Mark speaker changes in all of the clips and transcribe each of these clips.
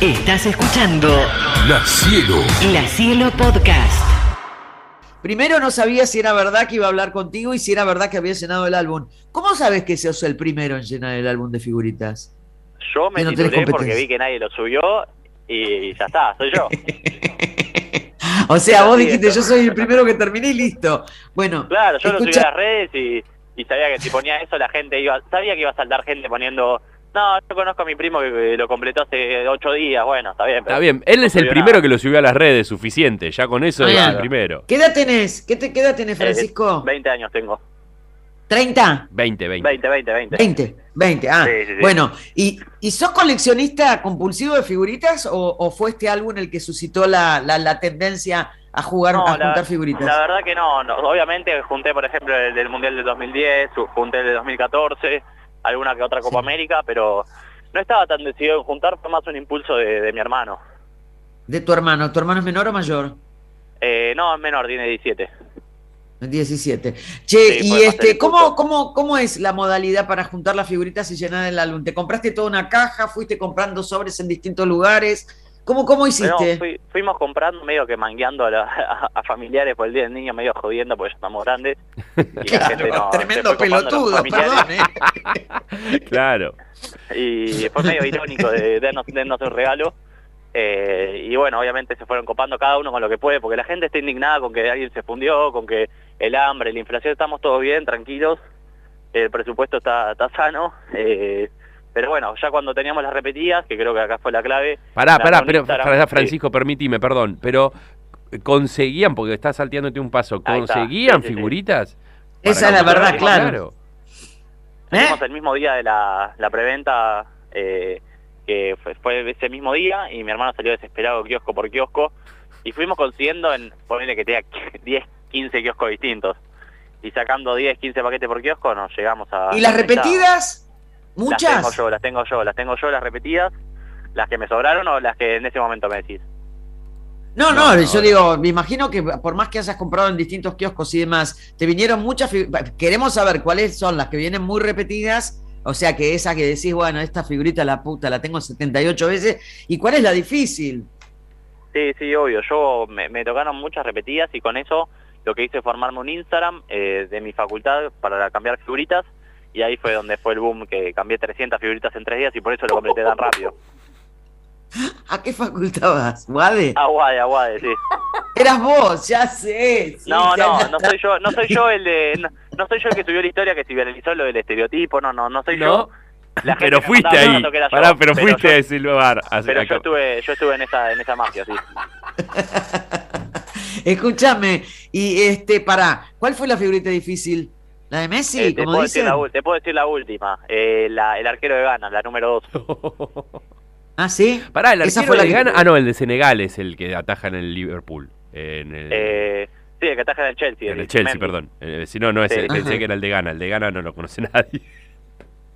Speaker 1: Estás escuchando
Speaker 2: La Cielo.
Speaker 1: La Cielo Podcast.
Speaker 3: Primero no sabía si era verdad que iba a hablar contigo y si era verdad que había llenado el álbum. ¿Cómo sabes que sos el primero en llenar el álbum de figuritas?
Speaker 4: Yo me
Speaker 3: Y no tenés
Speaker 4: titulé porque
Speaker 3: competencia.
Speaker 4: vi que nadie lo subió y ya está, soy yo.
Speaker 3: O sea, vos
Speaker 4: Sí,
Speaker 3: dijiste,
Speaker 4: eso.
Speaker 3: yo soy el primero que terminé y listo. Bueno,
Speaker 4: Claro, yo lo subí
Speaker 3: Escucha.
Speaker 4: a las redes y, y sabía que si ponía eso la gente iba, sabía que iba a saltar gente poniendo, no, yo conozco a mi primo que eh, lo completó hace ocho días, bueno, está bien. pero-
Speaker 5: Está bien, él es el
Speaker 4: subió
Speaker 5: primero
Speaker 4: nada.
Speaker 5: que lo subió a las redes, suficiente. Ya con eso es el
Speaker 3: Claro.
Speaker 5: primero.
Speaker 3: ¿qué edad tenés? ¿Qué, te, qué edad tenés,
Speaker 4: Eh,
Speaker 3: Francisco?
Speaker 4: 20 años tengo,
Speaker 3: ¿30?
Speaker 5: 20, 20.
Speaker 4: 20, 20, 20.
Speaker 3: 20, 20, ah,
Speaker 4: Sí, sí, sí.
Speaker 3: bueno, ¿y, y sos coleccionista compulsivo de figuritas o, o fue este álbum el que suscitó la, la- la tendencia a jugar,
Speaker 4: No,
Speaker 3: a
Speaker 4: la-
Speaker 3: juntar figuritas?
Speaker 4: La verdad que no, no. obviamente junté por ejemplo el del Mundial del 2010, ju- junté el del 2014, alguna que otra Copa
Speaker 3: Sí.
Speaker 4: América, pero no estaba tan decidido en juntar, fue más un impulso de, de mi hermano.
Speaker 3: De tu hermano, ¿tu hermano es menor o mayor?
Speaker 4: Eh, no, es menor, tiene 17.
Speaker 3: 17. Che,
Speaker 4: Sí,
Speaker 3: y
Speaker 4: podemos hacer
Speaker 3: este,
Speaker 4: el
Speaker 3: ¿cómo,
Speaker 4: punto.
Speaker 3: cómo, ¿cómo es la modalidad para juntar las figuritas y llenar el álbum? ¿Te compraste toda una caja? ¿Fuiste comprando sobres en distintos lugares? ¿Cómo, cómo
Speaker 4: Pero
Speaker 3: hiciste?
Speaker 4: fui- fuimos comprando medio que mangueando a, la- a- a familiares por el día del niño, medio jodiendo porque ya estamos grandes. Y la gente este, no- se
Speaker 3: tremendo
Speaker 4: fue copando a los
Speaker 3: pelotudo,
Speaker 4: familiares.
Speaker 3: perdón. ¿eh?
Speaker 5: Claro.
Speaker 4: Y fue medio irónico de darnos, darnos un regalo. Eh, y bueno, obviamente se fueron copando cada uno con lo que puede, porque la gente está indignada con que alguien se fundió, con que el hambre, la inflación, estamos todos bien, tranquilos, el presupuesto está, está sano. eh, pero bueno, ya cuando teníamos las repetidas, que creo que acá fue la clave,
Speaker 5: Pará,
Speaker 4: La
Speaker 5: pará,
Speaker 4: monita
Speaker 5: pero
Speaker 4: era-
Speaker 5: pará, Francisco, permitime, perdón. Pero eh, conseguían, porque está salteándote un paso,
Speaker 4: Ahí está,
Speaker 5: ¿conseguían
Speaker 4: sí, sí, sí.
Speaker 5: figuritas?
Speaker 3: Esa
Speaker 5: Para
Speaker 3: es la
Speaker 5: comprar,
Speaker 3: verdad, claro. ¿Eh?
Speaker 4: Salimos el mismo día de la, la preventa, eh, que fue, fue ese mismo día, y mi hermano salió desesperado kiosco por kiosco, y fuimos consiguiendo, en, ponerle que tenga 10, 15 kioscos distintos, y sacando 10, 15 paquetes por kiosco, nos llegamos a...
Speaker 3: ¿Y las
Speaker 4: la preventa.
Speaker 3: repetidas?
Speaker 4: Las tengo
Speaker 3: Muchas.
Speaker 4: yo, las tengo yo, las tengo yo, las repetidas, las que me sobraron o las que en ese momento me decís.
Speaker 3: No, no,
Speaker 5: No, no,
Speaker 3: yo
Speaker 5: no.
Speaker 3: digo, me imagino que por más que hayas comprado en distintos kioscos y demás, te vinieron muchas. figu- Queremos saber cuáles son las que vienen muy repetidas, o sea, que esa que decís, bueno, esta figurita la puta la tengo 78 veces, y cuál es la difícil.
Speaker 4: Sí, sí, obvio. Yo me, me tocaron muchas repetidas y con eso lo que hice es formarme un Instagram eh, de mi facultad para cambiar figuritas y ahí fue donde fue el boom que cambié 300 figuritas en tres días y por eso lo completé tan rápido.
Speaker 3: ¿A qué facultad vas, Guade?
Speaker 4: Aguade, aguade, sí.
Speaker 3: Eras vos, ya sé. sí,
Speaker 4: No,
Speaker 3: ya
Speaker 4: no,
Speaker 3: la-
Speaker 4: no soy yo, no soy yo el de, no, no soy yo el que subió la historia que se viralizó lo del estereotipo, no, no, no soy
Speaker 5: No,
Speaker 4: yo. La gente
Speaker 5: pero
Speaker 4: me
Speaker 5: fuiste
Speaker 4: contaba
Speaker 5: ahí.
Speaker 4: tanto que era yo,
Speaker 5: Pará, pero fuiste
Speaker 4: yo-
Speaker 5: a ese lugar. a-
Speaker 4: pero
Speaker 5: a-
Speaker 4: yo estuve, yo estuve en esa, en esa mafia, sí.
Speaker 3: Escúchame, y este, pará, ¿cuál fue la figurita difícil? ¿La de Messi?
Speaker 4: Eh, te,
Speaker 3: como
Speaker 4: puedo decir
Speaker 3: dicen.
Speaker 4: la, ul- te puedo decir la última, eh, la- el arquero de Ghana, la número 2.
Speaker 3: Ah, sí.
Speaker 5: Pará, el
Speaker 3: Esa
Speaker 5: arquero
Speaker 3: fue la
Speaker 5: de
Speaker 3: que-
Speaker 5: Ghana- Ah, no, el de Senegal es el que ataja en el Liverpool. En el,
Speaker 4: Eh, sí, el que ataja en el Chelsea.
Speaker 5: en el Chelsea,
Speaker 4: Mendy.
Speaker 5: perdón. Eh, si no, no es
Speaker 4: Sí.
Speaker 5: el-
Speaker 3: Ajá.
Speaker 5: pensé que era el de Ghana. El de Ghana no lo conoce nadie.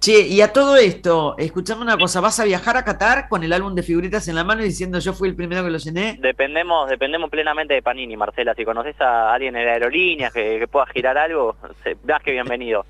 Speaker 3: Che, y a todo esto, escuchame una cosa, ¿vas a viajar a Qatar con el álbum de figuritas en la mano y diciendo yo fui el primero que lo llené?
Speaker 4: Dependemos, dependemos plenamente de Panini, Marcela. Si conoces a alguien en aerolíneas que, que pueda girar algo, se- más que bienvenido.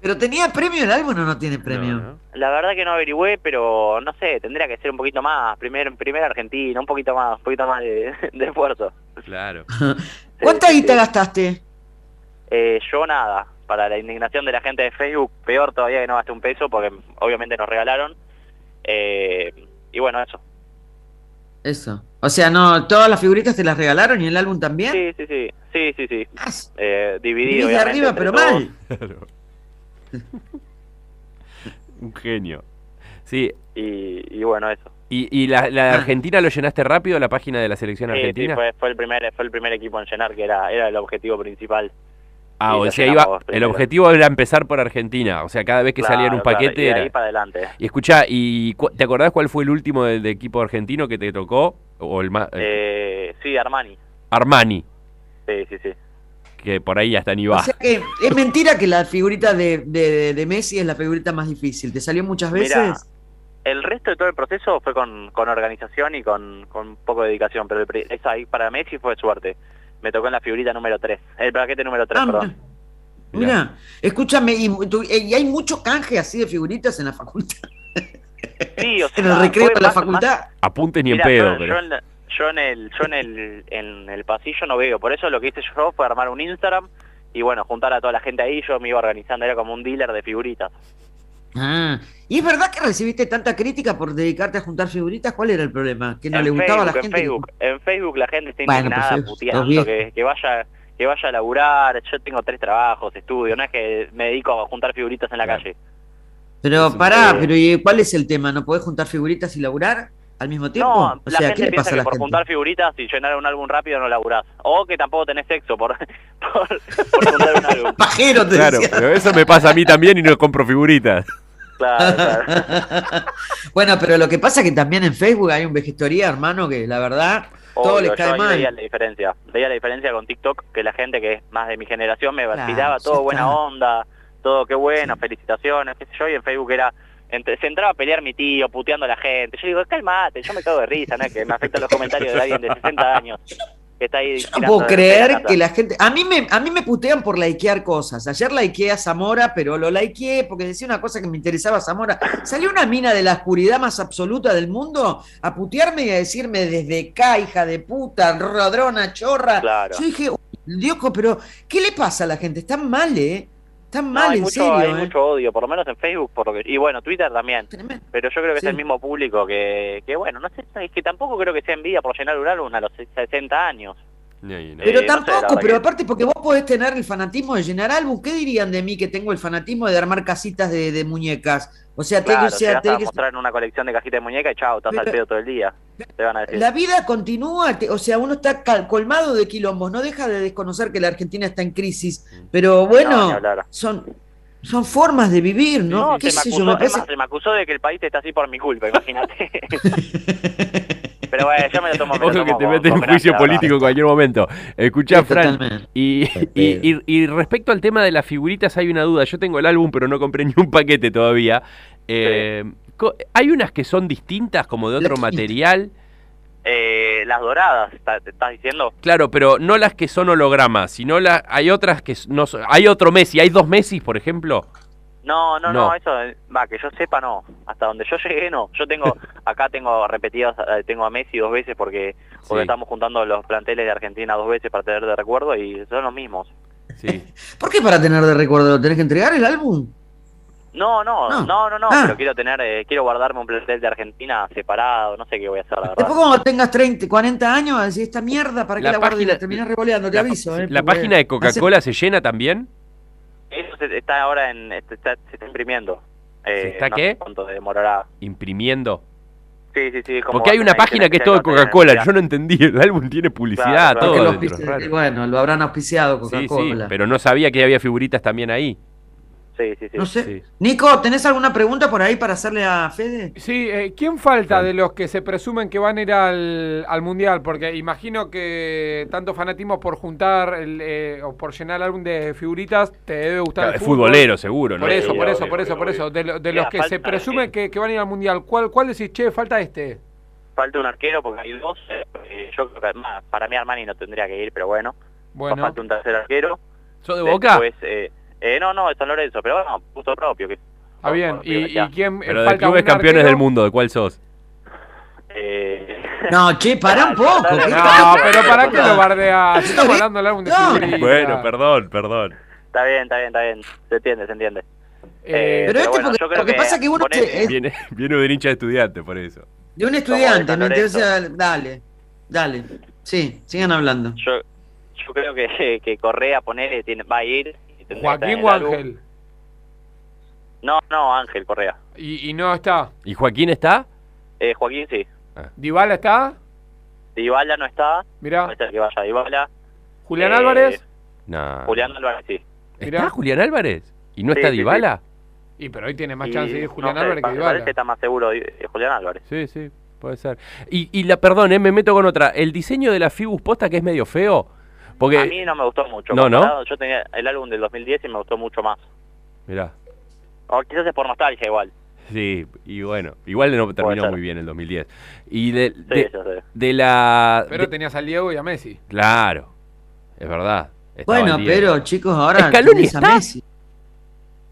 Speaker 3: ¿Pero tenía premio el álbum o no tiene premio?
Speaker 5: No, ¿no?
Speaker 4: La verdad que no averigüé, pero no sé, tendría que ser un poquito más. Primero, primero Argentina, un poquito más, un poquito más de, de esfuerzo.
Speaker 5: Claro.
Speaker 3: ¿Cuánta
Speaker 4: Sí, sí,
Speaker 3: guita
Speaker 4: sí.
Speaker 3: gastaste?
Speaker 4: Eh, yo nada, para la indignación de la gente de Facebook, peor todavía que no gasté un peso, porque obviamente nos regalaron. Eh, y bueno, eso.
Speaker 3: Eso. O sea, no, todas las figuritas te las regalaron y el álbum también.
Speaker 4: Sí, sí, sí, sí, sí, sí.
Speaker 3: Ah, s-
Speaker 4: Eh,
Speaker 3: vivís
Speaker 4: dividido.
Speaker 3: de
Speaker 4: obviamente,
Speaker 3: arriba,
Speaker 4: entre
Speaker 3: pero
Speaker 4: todos.
Speaker 3: mal.
Speaker 5: Un genio. Sí,
Speaker 4: Y, y bueno, eso.
Speaker 5: ¿Y, y la, la de Argentina lo llenaste rápido, la página de la selección
Speaker 4: Ah. Sí, sí,
Speaker 5: argentina?
Speaker 4: fue, fue el primer, fue el primer equipo en llenar, que era, era el objetivo principal.
Speaker 5: ah,
Speaker 4: sí,
Speaker 5: o
Speaker 4: lo
Speaker 5: sea,
Speaker 4: llenamos
Speaker 5: iba, el
Speaker 4: primero.
Speaker 5: objetivo era empezar por Argentina. O sea, cada vez que salía en un
Speaker 4: Claro, claro,
Speaker 5: paquete
Speaker 4: y de
Speaker 5: era.
Speaker 4: ahí para adelante.
Speaker 5: Y escuchá, ¿y cu- te acordás cuál fue el último del de equipo argentino que te tocó? O el más. eh,
Speaker 4: Eh, sí, Armani.
Speaker 5: Armani,
Speaker 4: Sí, sí, sí.
Speaker 5: que por ahí hasta ni va.
Speaker 3: O sea que es mentira que la figurita de, de- de Messi es la figurita más difícil. ¿Te salió muchas veces?
Speaker 4: Mirá, El resto de todo el proceso fue con, con organización y con, con un poco de dedicación, pero el pri- esa ahí para Messi fue suerte. Me tocó en la figurita número 3, el paquete número 3,
Speaker 3: Ah,
Speaker 4: perdón.
Speaker 3: Mira, escúchame, y, tu- y hay mucho canje así de figuritas en la facultad.
Speaker 4: Sí, o sea,
Speaker 3: En el recreo
Speaker 4: fue
Speaker 3: de la
Speaker 4: más-
Speaker 3: facultad.
Speaker 5: Apuntes ni en
Speaker 4: Mirá,
Speaker 5: pedo,
Speaker 4: yo,
Speaker 5: pero.
Speaker 4: yo en la- yo en el, yo en el, en el pasillo no veo, por eso lo que hice yo fue armar un Instagram y bueno, juntar a toda la gente ahí, yo me iba organizando, era como un dealer de figuritas.
Speaker 3: Ah, ¿y es verdad que recibiste tanta crítica por dedicarte a juntar figuritas? ¿Cuál era el problema? ¿Que no le gustaba a la
Speaker 4: Facebook,
Speaker 3: gente?
Speaker 4: En Facebook, en Facebook la gente está
Speaker 3: Bueno,
Speaker 4: indignada,
Speaker 3: pero Facebook,
Speaker 4: puteando,
Speaker 3: los
Speaker 4: que, que vaya que vaya a laburar, yo tengo tres trabajos, estudio, no es que me dedico a juntar figuritas en la
Speaker 5: Claro.
Speaker 4: calle.
Speaker 3: Pero
Speaker 4: Eh,
Speaker 3: pará, pero ¿y cuál es el tema? ¿No podés juntar figuritas y laburar al mismo tiempo?
Speaker 4: No,
Speaker 3: o
Speaker 4: la
Speaker 3: sea,
Speaker 4: gente
Speaker 3: ¿qué le
Speaker 4: piensa
Speaker 3: pasa a
Speaker 4: que
Speaker 3: la
Speaker 4: por
Speaker 3: gente?
Speaker 4: juntar figuritas y llenar un álbum rápido no laburás. O que tampoco tenés sexo por, por, por juntar un álbum.
Speaker 3: Pajero, te
Speaker 5: Claro,
Speaker 3: decía.
Speaker 5: pero eso me pasa a mí también y no compro figuritas.
Speaker 4: Claro, claro.
Speaker 3: bueno, pero lo que pasa es que también en Facebook hay un vegestoría, hermano, que la verdad todo
Speaker 4: Obvio,
Speaker 3: les
Speaker 4: yo
Speaker 3: cae
Speaker 4: ahí
Speaker 3: mal.
Speaker 4: Veía la diferencia, veía la diferencia con TikTok, que la gente que es más de mi generación me
Speaker 3: Claro,
Speaker 4: vacilaba todo
Speaker 3: ya
Speaker 4: buena
Speaker 3: está.
Speaker 4: onda, todo qué bueno, felicitaciones, qué sé yo, y en Facebook era, ent- se entraba a pelear mi tío, puteando a la gente. Yo digo, calmate, yo me cago de risa, ¿no? es que me afectan los comentarios de alguien de 60 años que está ahí
Speaker 3: Yo no
Speaker 4: tirando
Speaker 3: puedo
Speaker 4: de
Speaker 3: creer
Speaker 4: pelotas.
Speaker 3: que la gente. A mí, me, a mí me putean por likear cosas. Ayer likeé a Zamora, pero lo likeé porque decía una cosa que me interesaba a Zamora. Salió una mina de la oscuridad más absoluta del mundo a putearme y a decirme desde acá, hija de puta, rodrona, chorra.
Speaker 4: Claro.
Speaker 3: Yo dije, "Uy, Dioco, pero ¿qué le pasa a la gente? Están mal, ¿eh? Están
Speaker 4: No,
Speaker 3: mal,
Speaker 4: hay
Speaker 3: en
Speaker 4: mucho,
Speaker 3: serio.
Speaker 4: hay
Speaker 3: ¿eh?
Speaker 4: mucho odio, por lo menos en Facebook, por lo que- y bueno, Twitter también.
Speaker 3: Tremendo.
Speaker 4: Pero yo creo que
Speaker 3: Sí.
Speaker 4: es el mismo público que, que, bueno, no sé, es que tampoco creo que sea envidia por llenar un álbum a los 60 años.
Speaker 5: Ni- ni-
Speaker 3: Pero
Speaker 4: no sé, la
Speaker 3: tampoco,
Speaker 4: verdad
Speaker 3: pero
Speaker 4: que-
Speaker 3: aparte porque vos podés tener el fanatismo de llenar álbum, ¿qué dirían de mí que tengo el fanatismo de armar casitas de, de muñecas? O sea, tengo- o
Speaker 4: Claro,
Speaker 3: sea,
Speaker 4: te vas
Speaker 3: tenés
Speaker 4: a
Speaker 3: que-
Speaker 4: mostrar en una colección de cajitas de muñeca y chao, estás al
Speaker 3: Pero-
Speaker 4: pedo todo el día. Te van a decir.
Speaker 3: La vida continúa, te- o sea, uno está cal- colmado de quilombos, no deja de desconocer que la Argentina está en crisis, pero
Speaker 4: Mm. No,
Speaker 3: bueno,
Speaker 4: ni hablar.
Speaker 3: son, son formas de vivir, ¿no?
Speaker 4: No,
Speaker 3: ¿Qué
Speaker 4: se me,
Speaker 3: sé
Speaker 4: acusó,
Speaker 3: yo? Me
Speaker 4: es
Speaker 3: parece-
Speaker 4: más, se me acusó de que el país está así por mi culpa, imagínate. Pero bueno, yo me lo tomo. me lo
Speaker 5: Ojo que
Speaker 4: tomo
Speaker 5: te
Speaker 4: con-
Speaker 5: meten
Speaker 4: con
Speaker 5: en juicio
Speaker 4: gracia, la
Speaker 5: político en cualquier momento. Escuchá, Fran.
Speaker 3: Totalmente. Este,
Speaker 5: Y, y- y- y respecto al tema de las figuritas, hay una duda. Yo tengo el álbum, pero no compré ni un paquete todavía. Eh, co- ¿Hay unas que son distintas, como de
Speaker 3: Las
Speaker 5: otro
Speaker 3: quintas.
Speaker 5: material?
Speaker 4: verdad. Eh, las doradas, ¿está- ¿te estás diciendo?
Speaker 5: Claro, pero no las que son hologramas, sino las. Hay otras que no son. Hay otro Messi, hay dos Messi, por ejemplo.
Speaker 4: No, no,
Speaker 5: No.
Speaker 4: no, eso, eh, va, que yo sepa no, hasta donde yo llegué no. Yo tengo, acá tengo repetidas, eh, tengo a Messi dos veces porque, porque
Speaker 5: Sí.
Speaker 4: estamos juntando los planteles de Argentina dos veces para tener de recuerdo y son los mismos.
Speaker 5: Sí.
Speaker 3: ¿Por qué para tener de recuerdo lo tenés que entregar el álbum?
Speaker 4: No, no,
Speaker 3: No.
Speaker 4: no, no, no,
Speaker 3: Ah.
Speaker 4: pero quiero tener, eh, quiero guardarme un plantel de Argentina separado, no sé qué voy a hacer, la verdad.
Speaker 3: Después cuando tengas 30, 40 años, vas a decir, esta mierda, ¿para qué
Speaker 5: La
Speaker 3: la, guardo y
Speaker 5: página-
Speaker 3: la terminás revoleando? Te
Speaker 5: La,
Speaker 3: aviso, ¿eh?
Speaker 5: la
Speaker 3: Porque
Speaker 5: página de
Speaker 3: hace-
Speaker 5: Coca-Cola se llena también.
Speaker 4: Eso se- está ahora en, este, está- se está imprimiendo. Eh,
Speaker 5: ¿Se está
Speaker 4: no
Speaker 5: qué?
Speaker 4: sé cuánto demorará.
Speaker 5: Imprimiendo.
Speaker 4: Sí, sí, sí. como
Speaker 5: Porque hay una
Speaker 4: dicen ahí
Speaker 5: página que es
Speaker 4: ya
Speaker 5: todo de
Speaker 4: lo tienen,
Speaker 5: Coca-Cola.
Speaker 4: ya.
Speaker 5: Yo no entendí. El álbum tiene publicidad,
Speaker 4: Claro, claro.
Speaker 5: todo.
Speaker 3: porque
Speaker 4: Porque
Speaker 3: lo
Speaker 5: dentro,
Speaker 3: auspicia-
Speaker 5: raro.
Speaker 3: bueno, lo habrán auspiciado
Speaker 5: Sí, sí,
Speaker 3: Coca-Cola.
Speaker 5: pero no sabía que había figuritas también ahí.
Speaker 4: Sí, sí, sí.
Speaker 3: No sé.
Speaker 5: sí.
Speaker 3: Nico, ¿tenés alguna pregunta por ahí para hacerle a Fede?
Speaker 2: Sí, eh, ¿quién falta de los que se presumen que van a ir al, al Mundial? Porque imagino que tanto fanatismo por juntar el, eh, o por llenar el álbum de figuritas te debe gustar
Speaker 5: Claro,
Speaker 2: el
Speaker 5: es
Speaker 2: fútbol.
Speaker 5: futbolero, seguro, ¿no?
Speaker 2: Por eso,
Speaker 4: Sí,
Speaker 2: por eso,
Speaker 4: obvio,
Speaker 2: por eso,
Speaker 4: obvio,
Speaker 2: por eso.
Speaker 4: obvio.
Speaker 2: De, lo- de
Speaker 4: Sí,
Speaker 2: los
Speaker 4: la
Speaker 2: que se
Speaker 4: falta este. de
Speaker 2: presume
Speaker 4: que-
Speaker 2: que, que van a ir al Mundial, ¿cuál, cuál decís, che, falta este?
Speaker 4: Falta un arquero porque hay dos. eh, yo creo que más, para mí Armani no tendría que ir, pero bueno.
Speaker 2: Bueno,
Speaker 4: Falta un tercer arquero.
Speaker 5: ¿Sos de Boca?
Speaker 4: Después, eh, eh, no, no, de San Lorenzo, pero bueno, puso propio. Que,
Speaker 2: está Ah, bien.
Speaker 4: propio,
Speaker 2: ¿Y,
Speaker 4: ya.
Speaker 2: y quién eh,
Speaker 5: Pero de
Speaker 2: falta
Speaker 5: clubes
Speaker 2: un
Speaker 5: campeones del
Speaker 2: arquero?
Speaker 5: mundo, ¿de cuál sos?
Speaker 4: Eh,
Speaker 3: No, che, pará un poco.
Speaker 4: No,
Speaker 3: ¿qué
Speaker 2: No,
Speaker 3: pasa?
Speaker 2: pero ¿para qué lo bardeás? Estamos hablando del álbum de
Speaker 3: No.
Speaker 2: figuritas.
Speaker 5: Bueno, perdón, perdón.
Speaker 4: está bien, está bien, está bien. Se entiende, se entiende.
Speaker 2: Eh,
Speaker 3: Pero este,
Speaker 4: bueno,
Speaker 3: porque-
Speaker 4: yo creo
Speaker 3: lo que pasa es que uno
Speaker 4: ponele-
Speaker 3: se- es-
Speaker 5: Viene, viene un hincha de estudiante, por eso.
Speaker 3: De un
Speaker 4: Como
Speaker 3: estudiante,
Speaker 4: de
Speaker 3: me
Speaker 4: Lorenzo.
Speaker 3: interesa. Dale, dale. Sí, sigan hablando.
Speaker 4: Yo, yo creo que, que Correa, ponele, tiene, va a ir. y tendría que estar Eh, en
Speaker 2: Joaquín
Speaker 4: el
Speaker 2: o
Speaker 4: álbum.
Speaker 2: Ángel.
Speaker 4: No, no, Ángel Correa.
Speaker 2: Y, y no está.
Speaker 5: ¿Y Joaquín está?
Speaker 4: Eh, Joaquín sí.
Speaker 2: ¿Dybala está?
Speaker 4: Dybala no está,
Speaker 2: Mirá.
Speaker 4: puede ser que vaya Dybala.
Speaker 2: ¿Julián
Speaker 4: Eh,
Speaker 2: Álvarez? Ah.
Speaker 5: No.
Speaker 4: Julián Álvarez sí.
Speaker 5: ¿Está
Speaker 2: Mirá.
Speaker 5: Julián Álvarez? ¿Y no
Speaker 4: Sí,
Speaker 5: está
Speaker 4: sí,
Speaker 5: Dybala?
Speaker 2: Y pero hoy tiene más
Speaker 4: Y
Speaker 2: chance de ir Julián
Speaker 4: no sé,
Speaker 2: Álvarez
Speaker 4: pa-
Speaker 2: que
Speaker 4: me
Speaker 2: Dybala.
Speaker 4: Parece que está más seguro eh, Julián Álvarez.
Speaker 5: Sí, sí, puede ser. Y, y la, perdón, eh, me meto con otra. El diseño de la Fibus Posta, que es medio feo.
Speaker 4: A
Speaker 5: Porque.
Speaker 4: mí no me gustó mucho.
Speaker 5: No, ¿no?
Speaker 4: comparado, Yo tenía el álbum del 2010 y me gustó mucho más.
Speaker 5: Mirá.
Speaker 4: O quizás es por nostalgia igual.
Speaker 5: Sí, y bueno. Igual no terminó
Speaker 4: ser.
Speaker 5: muy bien el 2010. Y de,
Speaker 4: Sí,
Speaker 5: de,
Speaker 4: ya sé.
Speaker 5: de la.
Speaker 2: Pero
Speaker 5: de-
Speaker 2: tenías al Diego y a Messi.
Speaker 5: Claro, es verdad. Estaba
Speaker 3: Bueno,
Speaker 5: el Diego.
Speaker 3: pero chicos, ahora
Speaker 5: Scaloni
Speaker 3: tenés a
Speaker 5: está.
Speaker 3: Messi.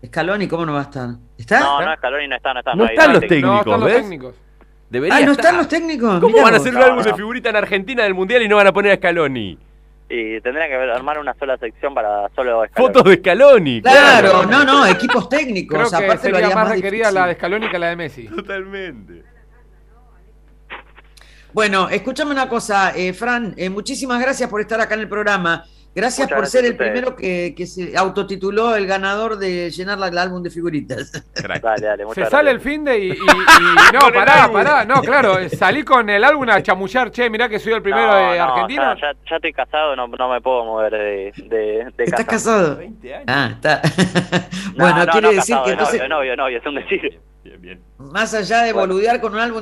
Speaker 3: Scaloni, ¿cómo no va a estar? ¿Está? Ah,
Speaker 4: No, no, Scaloni no está, no está.
Speaker 5: ¿Ah? No
Speaker 4: hay-
Speaker 5: están los
Speaker 4: hay
Speaker 5: técnicos.
Speaker 2: No, están los
Speaker 5: ¿ves?
Speaker 2: técnicos.
Speaker 5: Debería
Speaker 3: Ay, Ah, no
Speaker 5: estar.
Speaker 3: están los técnicos.
Speaker 5: ¿Cómo
Speaker 3: mirá
Speaker 5: van a
Speaker 3: vos.
Speaker 5: hacer un
Speaker 4: No,
Speaker 5: álbum de
Speaker 4: no.
Speaker 5: figurita en Argentina del Mundial y no van a poner a Scaloni?
Speaker 4: Y tendrían que armar una sola sección para solo Scaloni.
Speaker 5: Fotos de Scaloni.
Speaker 3: Claro, no, no, equipos técnicos.
Speaker 2: Creo que
Speaker 3: aparte lo
Speaker 2: sería
Speaker 3: haría
Speaker 2: más
Speaker 3: más
Speaker 2: requerida la de
Speaker 3: difícil.
Speaker 2: Scaloni que la de Messi.
Speaker 5: Totalmente.
Speaker 3: Bueno, escúchame una cosa, eh, Fran, eh, muchísimas gracias por estar acá en el programa. Gracias
Speaker 4: Muchas
Speaker 3: por
Speaker 4: gracias
Speaker 3: ser
Speaker 4: a
Speaker 3: el
Speaker 4: ustedes.
Speaker 3: primero que, que se autotituló el ganador de llenar la- el álbum de figuritas.
Speaker 4: Dale, dale,
Speaker 2: Se
Speaker 4: muchas
Speaker 2: sale el
Speaker 4: gracias.
Speaker 2: fin de y, y- y- no,
Speaker 5: Con el
Speaker 2: pará,
Speaker 5: álbum.
Speaker 2: pará, no, claro, eh, salí con el álbum a chamuchar, che, mirá que soy el primero
Speaker 4: No,
Speaker 2: de
Speaker 4: no,
Speaker 2: Argentina.
Speaker 4: Ya, ya, ya estoy casado, no, no me puedo mover de, de, de
Speaker 3: ¿Estás
Speaker 4: casa.
Speaker 3: casado?
Speaker 5: 20 años.
Speaker 3: Ah, está.
Speaker 4: No,
Speaker 3: bueno,
Speaker 4: no,
Speaker 3: quiere
Speaker 4: no,
Speaker 3: decir
Speaker 4: casado,
Speaker 3: que
Speaker 4: de novio,
Speaker 3: entonces,
Speaker 4: de novio, de novio, es un decir.
Speaker 5: Bien, bien.
Speaker 3: más allá de
Speaker 4: Bueno.
Speaker 3: boludear con un álbum